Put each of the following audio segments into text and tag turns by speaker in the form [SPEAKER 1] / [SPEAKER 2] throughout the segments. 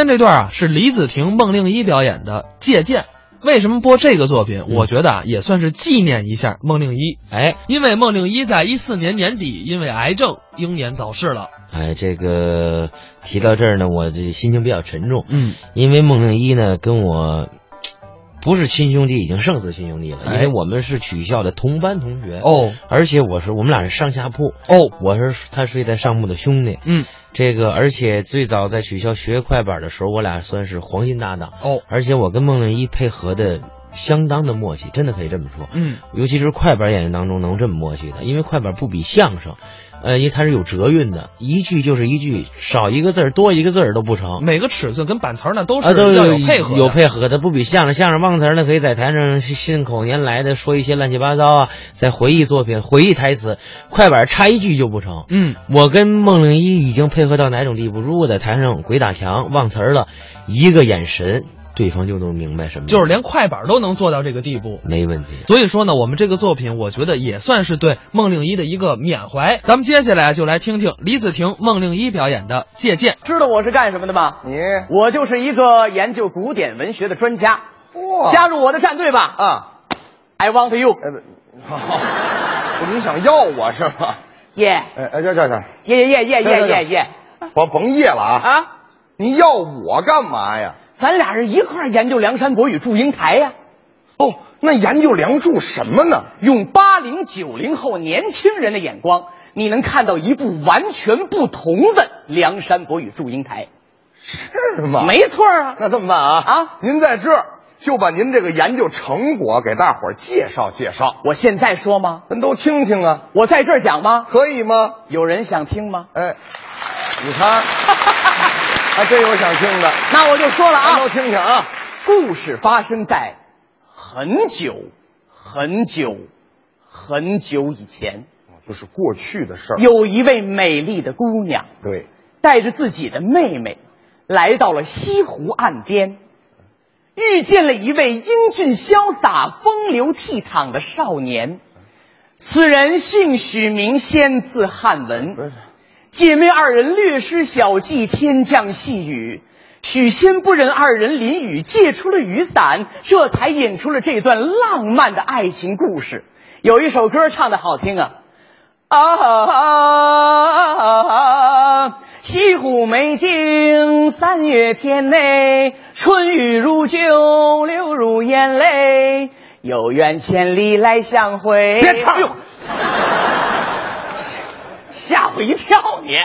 [SPEAKER 1] 天这段啊是李子婷、孟令一表演的《借鉴》。为什么播这个作品？
[SPEAKER 2] 嗯
[SPEAKER 1] 我觉得啊，也算是纪念一下孟令一。哎，因为孟令一在一四年年底因为癌症英年早逝了。
[SPEAKER 2] 哎，这个提到这儿呢，我这心情比较沉重，
[SPEAKER 1] 嗯，
[SPEAKER 2] 因为孟令一呢跟我不是亲兄弟，已经胜似亲兄弟了，因
[SPEAKER 1] 哎
[SPEAKER 2] 为我们是曲校的同班同学，
[SPEAKER 1] 哦
[SPEAKER 2] 而且我是我们俩是上下铺，
[SPEAKER 1] 哦，
[SPEAKER 2] 我是他睡在上铺的兄弟，
[SPEAKER 1] 嗯
[SPEAKER 2] 这个而且最早在曲校学快板的时候，我俩算是黄金搭档，
[SPEAKER 1] 哦
[SPEAKER 2] 而且我跟孟令一配合的相当的默契，真的可以这么说，
[SPEAKER 1] 嗯
[SPEAKER 2] 尤其是快板演员当中能这么默契的，因为快板不比相声，呃，因为它是有折韵的，一句就是一句，少一个字儿多一个字儿都不成。
[SPEAKER 1] 每个尺寸跟板词儿呢都
[SPEAKER 2] 啊，
[SPEAKER 1] 是
[SPEAKER 2] 都
[SPEAKER 1] 要
[SPEAKER 2] 有
[SPEAKER 1] 配合的，
[SPEAKER 2] 有配合的，不比相声，相声忘词儿呢，可以在台上信口拈来的说一些乱七八糟啊，在回忆作品、回忆台词，快板插一句就不成。
[SPEAKER 1] 嗯
[SPEAKER 2] 我跟孟令一已经配合到哪种地步？如果在台上鬼打墙、忘词儿了，一个眼神，对方就能明白什么，
[SPEAKER 1] 就是连快板都能做到这个地步。
[SPEAKER 2] 没问题。
[SPEAKER 1] 所以说呢，我们这个作品，我觉得也算是对孟令一的一个缅怀。咱们接下来就来听听李子婷、孟令一表演的《借鉴》。
[SPEAKER 3] 知道我是干什么的吗？
[SPEAKER 4] 你
[SPEAKER 3] 我就是一个研究古典文学的专家。
[SPEAKER 4] 哇
[SPEAKER 3] 加入我的战队吧！
[SPEAKER 4] 啊，
[SPEAKER 3] i want you，
[SPEAKER 4] 哎不，好，你想要我是吧？
[SPEAKER 3] 耶
[SPEAKER 4] 哎哎，这这这，
[SPEAKER 3] 耶耶耶耶耶耶
[SPEAKER 4] 甭甭夜了啊！
[SPEAKER 3] 啊！
[SPEAKER 4] 你要我干嘛呀？
[SPEAKER 3] 咱俩人一块儿研究梁山伯与祝英台呀、
[SPEAKER 4] 哦，那研究梁祝什么呢？
[SPEAKER 3] 用八零九零后年轻人的眼光，你能看到一部完全不同的梁山伯与祝英台。
[SPEAKER 4] 是吗？，
[SPEAKER 3] 没错儿啊，
[SPEAKER 4] 那这么办啊？
[SPEAKER 3] 啊
[SPEAKER 4] 您在这儿就把您这个研究成果给大伙儿介绍介绍，
[SPEAKER 3] 我现在说吗？
[SPEAKER 4] 咱都听听啊，
[SPEAKER 3] 我在这儿讲吗？
[SPEAKER 4] 可以吗？
[SPEAKER 3] 有人想听吗？
[SPEAKER 4] 哎，你看，还真有想听的，
[SPEAKER 3] 那我就说了啊
[SPEAKER 4] 咱。都听听啊。
[SPEAKER 3] 故事发生在很久很久很久以前，
[SPEAKER 4] 就是过去的事儿，
[SPEAKER 3] 有一位美丽的姑娘
[SPEAKER 4] 对，
[SPEAKER 3] 带着自己的妹妹来到了西湖岸边，遇见了一位英俊潇洒、风流倜傥的少年。此人姓许名仙，字汉文。
[SPEAKER 4] 不是
[SPEAKER 3] 姐妹二人略施小计，天降细雨。许仙不忍二人淋雨，借出了雨伞，这才引出了这段浪漫的爱情故事。有一首歌唱的好听啊，啊，西湖美景三月天内，春雨如酒，流如眼泪，有缘千里来相会。
[SPEAKER 4] 别唱
[SPEAKER 3] 哎呦吓我一跳你！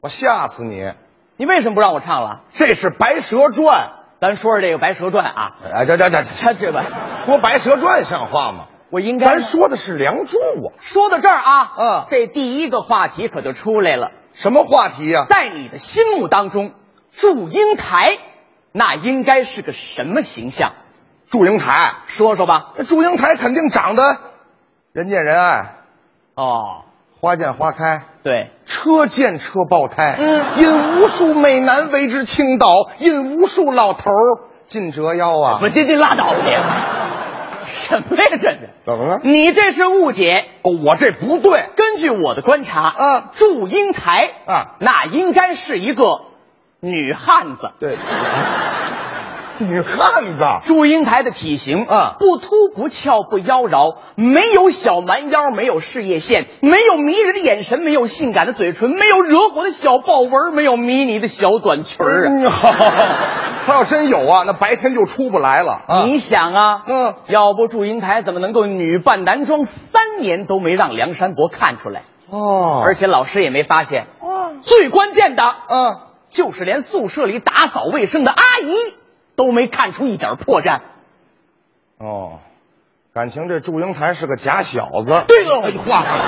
[SPEAKER 4] 我吓死你！
[SPEAKER 3] 你为什么不让我唱了？
[SPEAKER 4] 这是《白蛇传
[SPEAKER 3] 咱说说这个《白蛇传》啊，》。
[SPEAKER 4] 哎，这这这这
[SPEAKER 3] 这这个
[SPEAKER 4] 说《白蛇传》像话吗？
[SPEAKER 3] 我应该
[SPEAKER 4] 咱说的是《梁祝》啊，
[SPEAKER 3] 说到这儿啊，
[SPEAKER 4] 嗯
[SPEAKER 3] 这第一个话题可就出来了，
[SPEAKER 4] 什么话题呀、
[SPEAKER 3] 在你的心目当中，祝英台那应该是个什么形象？
[SPEAKER 4] 祝英台，
[SPEAKER 3] 说说吧。
[SPEAKER 4] 那祝英台肯定长得人见人爱，
[SPEAKER 3] 哦，
[SPEAKER 4] 花见花开，
[SPEAKER 3] 对，
[SPEAKER 4] 车见车爆胎。
[SPEAKER 3] 嗯
[SPEAKER 4] 因无数美男为之倾倒，因无数老头儿尽折腰啊
[SPEAKER 3] 我。这这拉倒吧你，什么呀这是？
[SPEAKER 4] 怎么了？
[SPEAKER 3] 你这是误解。
[SPEAKER 4] 哦，我这不对
[SPEAKER 3] 根据我的观察，
[SPEAKER 4] 嗯
[SPEAKER 3] 祝英台
[SPEAKER 4] 啊
[SPEAKER 3] 那应该是一个女汉子。
[SPEAKER 4] 对， 女汉子
[SPEAKER 3] 祝英台的体型
[SPEAKER 4] 啊
[SPEAKER 3] 不凸不翘不妖娆，没有小蛮腰，没有事业线，没有迷人的眼神，没有性感的嘴唇，没有惹火的小豹纹，没有迷你的小短裙儿啊！
[SPEAKER 4] 嗯好 他要真有啊，那白天就出不来了啊。
[SPEAKER 3] 你想啊，
[SPEAKER 4] 嗯
[SPEAKER 3] 要不祝英台怎么能够女扮男装三年都没让梁山伯看出来，
[SPEAKER 4] 哦，
[SPEAKER 3] 而且老师也没发现。
[SPEAKER 4] 啊
[SPEAKER 3] 最关键的，
[SPEAKER 4] 啊，
[SPEAKER 3] 就是连宿舍里打扫卫生的阿姨都没看出一点破绽。
[SPEAKER 4] 哦，感情这祝英台是个假小子。
[SPEAKER 3] 对喽
[SPEAKER 4] 哎话回 来，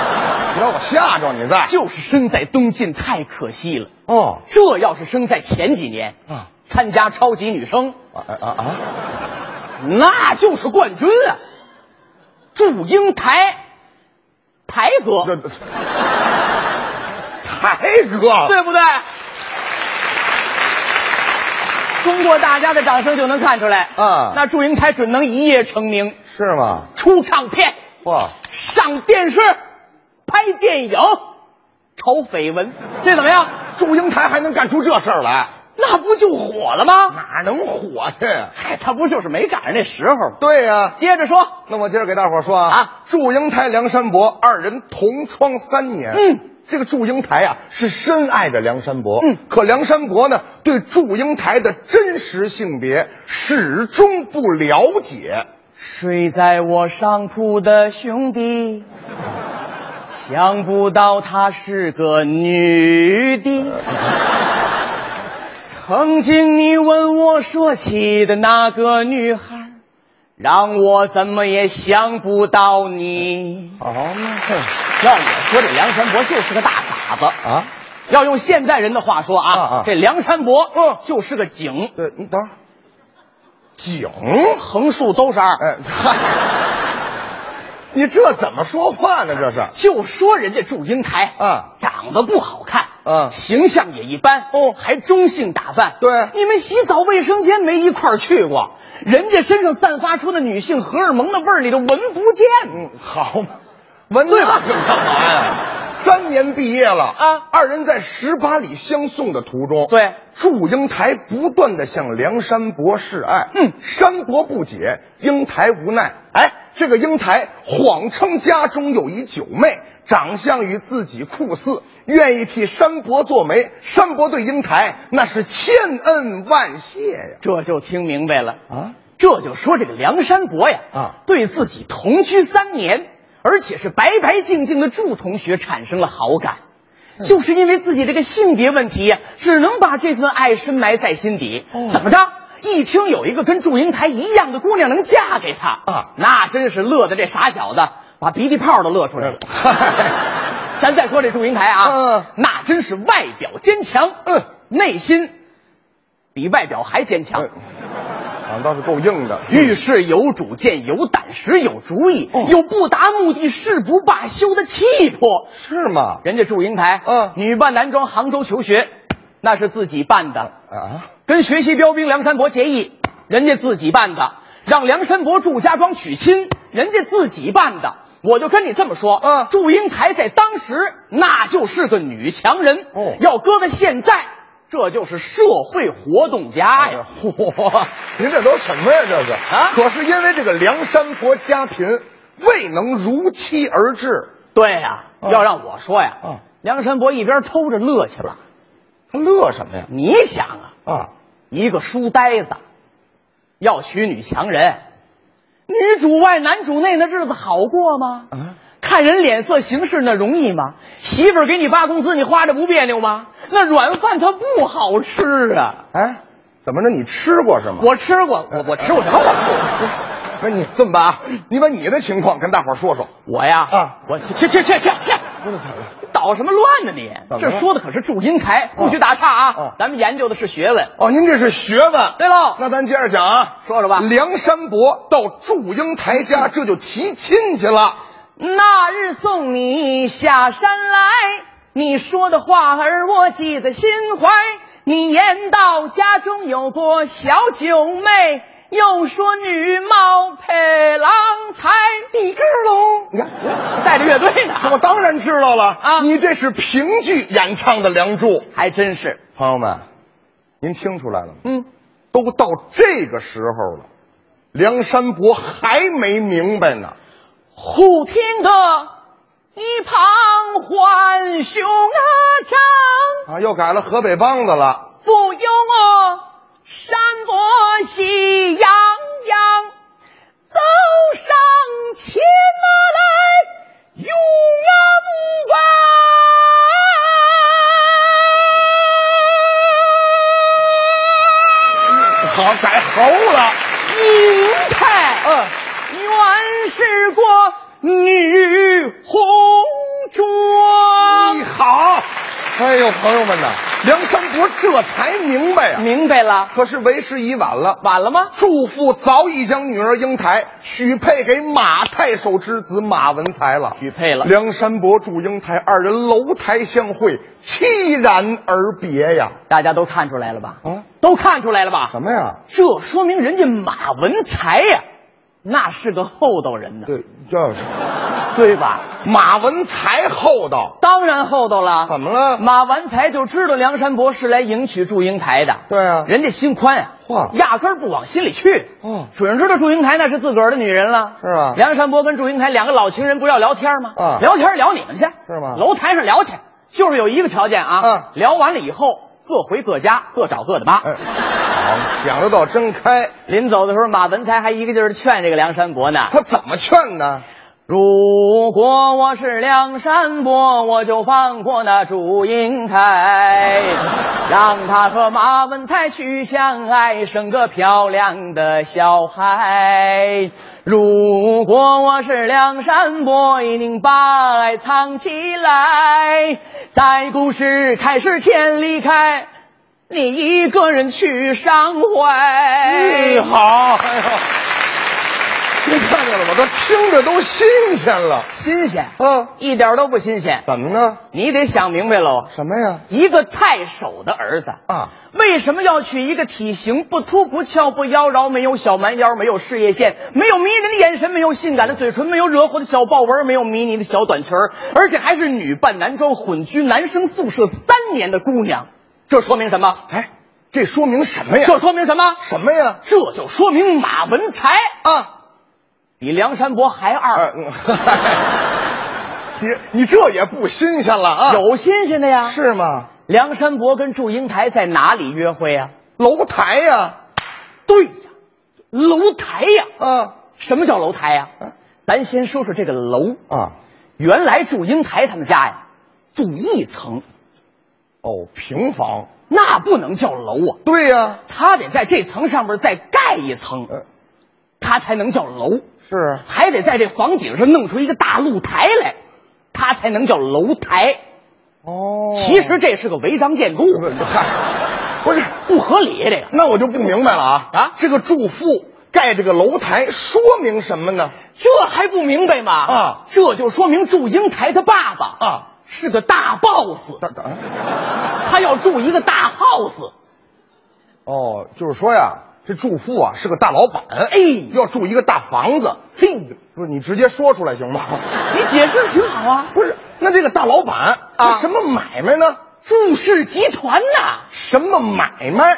[SPEAKER 4] 你让我吓着你再。
[SPEAKER 3] 就是身在东晋太可惜了。
[SPEAKER 4] 哦，
[SPEAKER 3] 这要是生在前几年，
[SPEAKER 4] 啊
[SPEAKER 3] 参加超级女声，
[SPEAKER 4] 啊啊啊！
[SPEAKER 3] 那就是冠军啊！祝英台，台
[SPEAKER 4] 这
[SPEAKER 3] 哥，
[SPEAKER 4] 台哥，
[SPEAKER 3] 对不对？通过大家的掌声就能看出来
[SPEAKER 4] 啊
[SPEAKER 3] 那祝英台准能一夜成名，
[SPEAKER 4] 是吗？
[SPEAKER 3] 出唱片，
[SPEAKER 4] 哇，
[SPEAKER 3] 上电视，拍电影，炒绯闻，这怎么样？
[SPEAKER 4] 祝英台还能干出这事儿来？
[SPEAKER 3] 那不就火了吗？
[SPEAKER 4] 哪能火去？
[SPEAKER 3] 嗨，他不就是没赶上那时候吗？
[SPEAKER 4] 对呀、
[SPEAKER 3] 接着说，
[SPEAKER 4] 那我接着给大伙儿说啊，
[SPEAKER 3] 啊
[SPEAKER 4] 祝英台、梁山伯二人同窗三年。
[SPEAKER 3] 嗯，
[SPEAKER 4] 这个祝英台啊是深爱着梁山伯，
[SPEAKER 3] 嗯
[SPEAKER 4] 可梁山伯呢对祝英台的真实性别始终不了解。
[SPEAKER 3] 睡在我上铺的兄弟，想不到她是个女的。曾经你问我说起的那个女孩，让我怎么也想不到你。
[SPEAKER 4] 哦，
[SPEAKER 3] 要我说，这梁山伯就是个大傻子
[SPEAKER 4] 啊！
[SPEAKER 3] 要用现在人的话说啊，
[SPEAKER 4] 啊啊
[SPEAKER 3] 这梁山伯
[SPEAKER 4] 嗯
[SPEAKER 3] 就是个井，
[SPEAKER 4] 对，你等会儿，井，
[SPEAKER 3] 横竖都是二。
[SPEAKER 4] 哎，嗨，你这怎么说话呢？这是
[SPEAKER 3] 就说人家祝英台
[SPEAKER 4] 啊
[SPEAKER 3] 长得不好看，
[SPEAKER 4] 嗯
[SPEAKER 3] 形象也一般，哦，还中性打扮。
[SPEAKER 4] 对
[SPEAKER 3] 你们洗澡卫生间没一块儿去过，人家身上散发出的女性荷尔蒙的味儿，你都闻不见。
[SPEAKER 4] 嗯，好嘛，文
[SPEAKER 3] 对吧
[SPEAKER 4] 那个干嘛呀？三年毕业了
[SPEAKER 3] 啊
[SPEAKER 4] 二人在十八里相送的途中，
[SPEAKER 3] 对，
[SPEAKER 4] 祝英台不断的向梁山伯示爱，
[SPEAKER 3] 嗯
[SPEAKER 4] 山伯不解，英台无奈。哎，这个英台谎称家中有一九妹，长相与自己酷似，愿意替山伯做媒。山伯对英台那是千恩万谢呀。
[SPEAKER 3] 这就听明白了啊！这就说这个梁山伯呀，
[SPEAKER 4] 啊，
[SPEAKER 3] 对自己同居三年，而且是白白净净的祝同学产生了好感，
[SPEAKER 4] 嗯
[SPEAKER 3] 就是因为自己这个性别问题呀，只能把这份爱深埋在心底。
[SPEAKER 4] 哦
[SPEAKER 3] 怎么着？一听有一个跟祝英台一样的姑娘能嫁给他
[SPEAKER 4] 啊
[SPEAKER 3] 那真是乐的这傻小子把鼻涕泡都乐出来 了。咱再说这祝英台啊，
[SPEAKER 4] 嗯
[SPEAKER 3] 那真是外表坚强，
[SPEAKER 4] 嗯，
[SPEAKER 3] 内心比外表还坚强。
[SPEAKER 4] 啊，倒是够硬的。
[SPEAKER 3] 遇事有主见，有胆识，有主意，
[SPEAKER 4] 哦
[SPEAKER 3] 有不达目的誓不罢休的气魄。
[SPEAKER 4] 是吗？
[SPEAKER 3] 人家祝英台，
[SPEAKER 4] 嗯
[SPEAKER 3] 女扮男装杭州求学，那是自己办的，
[SPEAKER 4] 啊，
[SPEAKER 3] 跟学习标兵梁山伯结义，人家自己办的；让梁山伯祝家庄娶亲，人家自己办的。我就跟你这么说，
[SPEAKER 4] 嗯
[SPEAKER 3] 祝英台在当时那就是个女强人，
[SPEAKER 4] 哦
[SPEAKER 3] 要搁在现在，这就是社会活动家呀。
[SPEAKER 4] 哎嚯！您这都什么呀？这是
[SPEAKER 3] 啊
[SPEAKER 4] 可是因为这个梁山伯家贫，未能如期而至，
[SPEAKER 3] 对呀、
[SPEAKER 4] 嗯
[SPEAKER 3] 要让我说呀，
[SPEAKER 4] 啊
[SPEAKER 3] 梁山伯一边偷着乐去了。
[SPEAKER 4] 他乐什么呀？
[SPEAKER 3] 你想啊，
[SPEAKER 4] 啊，
[SPEAKER 3] 一个书呆子要娶女强人，女主外男主内，那日子好过吗？
[SPEAKER 4] 啊
[SPEAKER 3] 看人脸色行事那容易吗？媳妇儿给你发工资，你花着不别扭吗？那软饭它不好吃啊！
[SPEAKER 4] 哎，怎么着？你吃过是吗？
[SPEAKER 3] 我吃过，我我吃过什么？我吃过。
[SPEAKER 4] 不是你这么办啊？你把你的情况跟大伙儿说说。
[SPEAKER 3] 我呀，
[SPEAKER 4] 啊
[SPEAKER 3] 我去去去去去去，捣什么乱呢你？
[SPEAKER 4] 怎么了
[SPEAKER 3] 这说的可是祝英台，不许打岔啊！
[SPEAKER 4] 啊
[SPEAKER 3] 咱们研究的是学问。
[SPEAKER 4] 哦，您这是学问。
[SPEAKER 3] 对喽，
[SPEAKER 4] 那咱接着讲啊，
[SPEAKER 3] 说说吧
[SPEAKER 4] 梁山伯到祝英台家，这就提亲去了。
[SPEAKER 3] 啊那日送你下山来，你说的话儿我记在心怀。你言到家中有过小九妹，又说女貌配郎才，你个龙
[SPEAKER 4] 你看，
[SPEAKER 3] 带着乐队呢，
[SPEAKER 4] 我当然知道了
[SPEAKER 3] 啊
[SPEAKER 4] 你这是评剧演唱的《梁祝》。
[SPEAKER 3] 还真是，
[SPEAKER 4] 朋友们，您听出来了吗？
[SPEAKER 3] 嗯，
[SPEAKER 4] 都到这个时候了，梁山伯还没明白呢。
[SPEAKER 3] 忽听得一旁浣熊啊张，
[SPEAKER 4] 啊，又改了河北梆子了。
[SPEAKER 3] 不由我山伯喜洋洋，走上前啊来，勇啊无挂。
[SPEAKER 4] 好，改猴了。
[SPEAKER 3] 英泰，
[SPEAKER 4] 嗯，
[SPEAKER 3] 原是个女红妆
[SPEAKER 4] 你。好。哎呦，朋友们呐，梁山伯这才明白呀、
[SPEAKER 3] 明白了，
[SPEAKER 4] 可是为时已晚了。
[SPEAKER 3] 晚了吗？
[SPEAKER 4] 祝父早已将女儿英台许配给马太守之子马文才了。
[SPEAKER 3] 许配了，
[SPEAKER 4] 梁山伯、祝英台二人楼台相会，凄然而别呀！
[SPEAKER 3] 大家都看出来了吧？
[SPEAKER 4] 啊，
[SPEAKER 3] 都看出来了吧？
[SPEAKER 4] 什么呀？
[SPEAKER 3] 这说明人家马文才呀、那是个厚道人呢。
[SPEAKER 4] 对，这是
[SPEAKER 3] 对吧？
[SPEAKER 4] 马文才厚道，
[SPEAKER 3] 当然厚道了。
[SPEAKER 4] 怎么了
[SPEAKER 3] 马文才就知道梁山伯是来迎娶祝英台的。
[SPEAKER 4] 对啊
[SPEAKER 3] 人家心宽啊，
[SPEAKER 4] 嚯
[SPEAKER 3] 压根儿不往心里去。
[SPEAKER 4] 哦
[SPEAKER 3] 准知道祝英台那是自个儿的女人了。
[SPEAKER 4] 是吧
[SPEAKER 3] 梁山伯跟祝英台两个老情人不是要聊天吗？
[SPEAKER 4] 啊
[SPEAKER 3] 聊天聊你们去，
[SPEAKER 4] 是吗
[SPEAKER 3] 楼台上聊去，就是有一个条件啊，
[SPEAKER 4] 嗯
[SPEAKER 3] 聊完了以后各回各家，各找各的妈。
[SPEAKER 4] 哎，好，想得倒真开。
[SPEAKER 3] 临走的时候，马文才还一个劲儿地劝这个梁山伯呢。
[SPEAKER 4] 他怎么劝呢？
[SPEAKER 3] 如果我是梁山伯，我就放过那祝英台，让他和马文才去相爱，生个漂亮的小孩。如果我是梁山伯，一定把爱藏起来，在故事开始前离开，你一个人去伤怀。
[SPEAKER 4] 哎，好，哎呦，您看见了吗？他听着都新鲜了。
[SPEAKER 3] 新鲜，
[SPEAKER 4] 嗯，
[SPEAKER 3] 一点都不新鲜。
[SPEAKER 4] 怎么呢？
[SPEAKER 3] 你得想明白喽，
[SPEAKER 4] 什么呀？
[SPEAKER 3] 一个太守的儿子
[SPEAKER 4] 啊，
[SPEAKER 3] 为什么要娶一个体型不凸不翘不妖娆、没有小蛮腰、没有事业线、没有迷人的眼神、没有性感的嘴唇、没有惹火的小豹纹、没有迷你的小短裙儿，而且还是女扮男装混居男生宿舍三年的姑娘？这说明什么？
[SPEAKER 4] 哎，这说明什么呀？
[SPEAKER 3] 这说明什么？
[SPEAKER 4] 什么呀？
[SPEAKER 3] 这就说明马文才
[SPEAKER 4] 啊，
[SPEAKER 3] 比梁山伯还
[SPEAKER 4] 呃
[SPEAKER 3] 二，，
[SPEAKER 4] 嗯 你你这也不新鲜了啊？
[SPEAKER 3] 有新鲜的呀。
[SPEAKER 4] 是吗？
[SPEAKER 3] 梁山伯跟祝英台在哪里约会啊？
[SPEAKER 4] 楼台呀，
[SPEAKER 3] 对呀，楼台呀。
[SPEAKER 4] 啊
[SPEAKER 3] 什么叫楼台呀、
[SPEAKER 4] 嗯
[SPEAKER 3] 咱先说说这个楼。
[SPEAKER 4] 啊，
[SPEAKER 3] 原来祝英台他们家呀，住一层，
[SPEAKER 4] 哦，平房。
[SPEAKER 3] 那不能叫楼啊，
[SPEAKER 4] 对呀，
[SPEAKER 3] 他得在这层上面再盖一层
[SPEAKER 4] 呃，
[SPEAKER 3] 他才能叫楼，
[SPEAKER 4] 是
[SPEAKER 3] 还得在这房顶上弄出一个大露台来，他才能叫楼台。
[SPEAKER 4] 哦嗯
[SPEAKER 3] 其实这是个违章建筑，
[SPEAKER 4] 不是嗨，不是，
[SPEAKER 3] 不合理啊这个。
[SPEAKER 4] 那我就不明白了啊
[SPEAKER 3] 啊
[SPEAKER 4] 这个住户盖这个楼台，说明什么呢？
[SPEAKER 3] 这还不明白吗？
[SPEAKER 4] 啊
[SPEAKER 3] 这就说明祝英台他爸爸
[SPEAKER 4] 啊
[SPEAKER 3] 是个大 boss，
[SPEAKER 4] 等等，
[SPEAKER 3] 他要住一个大 house。
[SPEAKER 4] 哦，就是说呀，这住户啊是个大老板，哎，要住一个大房子，
[SPEAKER 3] 嘿，
[SPEAKER 4] 不是你直接说出来行吗？
[SPEAKER 3] 你解释挺好啊，
[SPEAKER 4] 不是，那这个大老板他什么买卖呢？
[SPEAKER 3] 祝氏啊集团呐，
[SPEAKER 4] 什么买卖？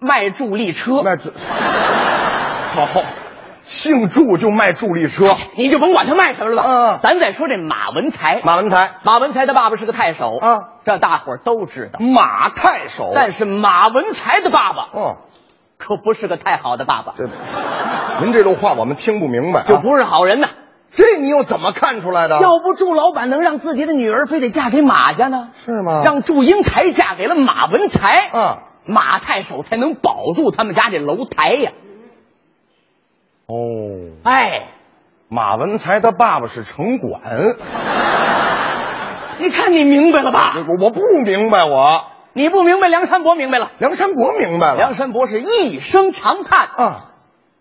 [SPEAKER 3] 卖助力车，
[SPEAKER 4] 那这 好，姓祝就卖助力车，
[SPEAKER 3] 你就甭管他卖什么了吧。
[SPEAKER 4] 嗯嗯
[SPEAKER 3] 咱再说这马文才，
[SPEAKER 4] 马文才，
[SPEAKER 3] 马文才他爸爸是个太守
[SPEAKER 4] 啊，
[SPEAKER 3] 这大伙儿都知道。
[SPEAKER 4] 马太守。
[SPEAKER 3] 但是马文才的爸爸
[SPEAKER 4] 哦，
[SPEAKER 3] 可不是个太好的爸爸，
[SPEAKER 4] 这您这路话我们听不明白、啊，
[SPEAKER 3] 就不是好人呐。
[SPEAKER 4] 这你又怎么看出来的？
[SPEAKER 3] 要不祝老板能让自己的女儿非得嫁给马家呢？
[SPEAKER 4] 是吗
[SPEAKER 3] 让祝英台嫁给了马文才，
[SPEAKER 4] 啊，
[SPEAKER 3] 马太守才能保住他们家这楼台呀。
[SPEAKER 4] 哦，
[SPEAKER 3] 哎，
[SPEAKER 4] 马文才他爸爸是城管，
[SPEAKER 3] 你看你明白了吧？
[SPEAKER 4] 我我不明白我。
[SPEAKER 3] 你不明白，梁山伯明白了。
[SPEAKER 4] 梁山伯明白了，
[SPEAKER 3] 梁山伯是一声长叹
[SPEAKER 4] 啊，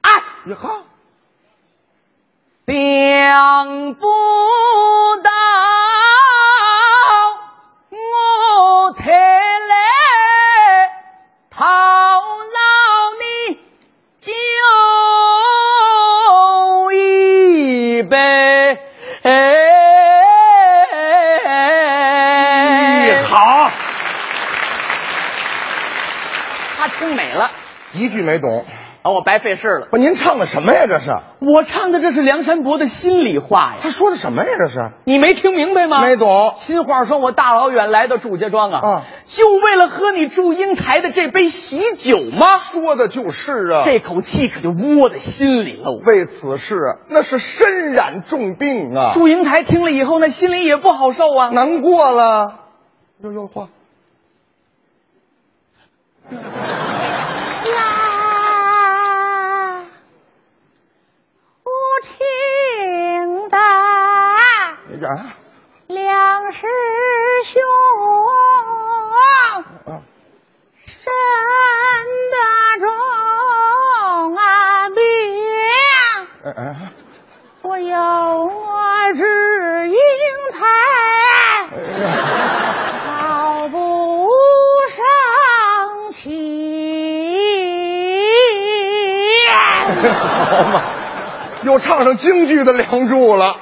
[SPEAKER 3] 哎，
[SPEAKER 4] 你好，
[SPEAKER 3] 想不到我替来讨老你酒一杯。哎
[SPEAKER 4] 你好，
[SPEAKER 3] 他听美了，
[SPEAKER 4] 一句没懂。
[SPEAKER 3] 把我白费事了。
[SPEAKER 4] 不，您唱的什么呀？这是？
[SPEAKER 3] 我唱的这是梁山伯的心里话
[SPEAKER 4] 他
[SPEAKER 3] 呀，
[SPEAKER 4] 说的什么呀？这是？
[SPEAKER 3] 你没听明白吗？
[SPEAKER 4] 没懂。
[SPEAKER 3] 新话说，我大老远来到祝家庄啊，
[SPEAKER 4] 啊
[SPEAKER 3] 就为了喝你祝英台的这杯喜酒吗？
[SPEAKER 4] 说的就是啊。
[SPEAKER 3] 这口气可就窝在心里喽。
[SPEAKER 4] 为此事，啊那是身染重病啊，
[SPEAKER 3] 祝英台听了以后，那心里也不好受啊。
[SPEAKER 4] 难过了。哟哟嚯，
[SPEAKER 5] 呀，忽听得
[SPEAKER 4] 你这啊
[SPEAKER 5] 两师兄
[SPEAKER 4] 啊，
[SPEAKER 5] 身得重啊病，
[SPEAKER 4] 哎哎
[SPEAKER 5] 我有我只英台
[SPEAKER 4] 哎，哎，
[SPEAKER 5] 好不生气。
[SPEAKER 4] 好嘛， 又唱上京剧的《梁祝》了，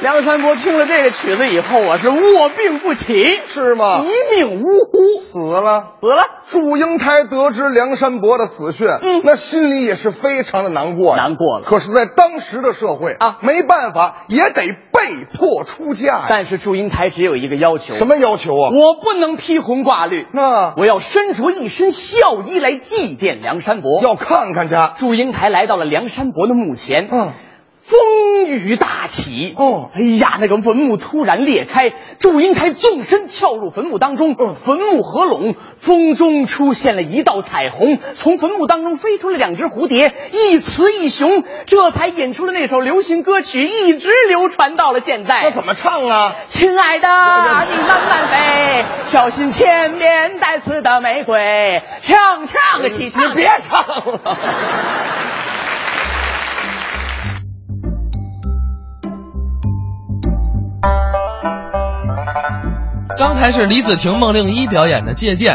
[SPEAKER 3] 梁山伯听了这个曲子以后，我是卧病不起，嗯
[SPEAKER 4] 是吗？
[SPEAKER 3] 一命呜呼，
[SPEAKER 4] 死了。
[SPEAKER 3] 死了，
[SPEAKER 4] 祝英台得知梁山伯的死讯，
[SPEAKER 3] 嗯
[SPEAKER 4] 那心里也是非常的难过呀，
[SPEAKER 3] 难过了
[SPEAKER 4] 可是，在当时的社会
[SPEAKER 3] 啊
[SPEAKER 4] 没办法，也得被迫出嫁呀。
[SPEAKER 3] 但是祝英台只有一个要求，
[SPEAKER 4] 什？么要求啊？
[SPEAKER 3] 我不能披红挂绿，
[SPEAKER 4] 那
[SPEAKER 3] 我要身着一身孝衣来祭奠梁山伯。
[SPEAKER 4] 要看看去。
[SPEAKER 3] 祝英台来到了梁山伯的墓前，
[SPEAKER 4] 嗯，
[SPEAKER 3] 风雨大起。
[SPEAKER 4] 哦
[SPEAKER 3] 哎呀，那个坟墓突然裂开，祝英台纵身跳入坟墓当中，
[SPEAKER 4] 嗯
[SPEAKER 3] 坟墓合拢，风中出现了一道彩虹，从坟墓当中飞出了两只蝴蝶，一雌一雄，这才演出了那首流行歌曲，一直流传到了现在。
[SPEAKER 4] 那怎么唱啊？哎
[SPEAKER 3] 亲爱的，你慢慢飞，小心前面带刺的玫瑰，呛呛个起呛。
[SPEAKER 4] 哎你别唱了。
[SPEAKER 1] 刚才是李子婷、孟令一表演的《借鉴》，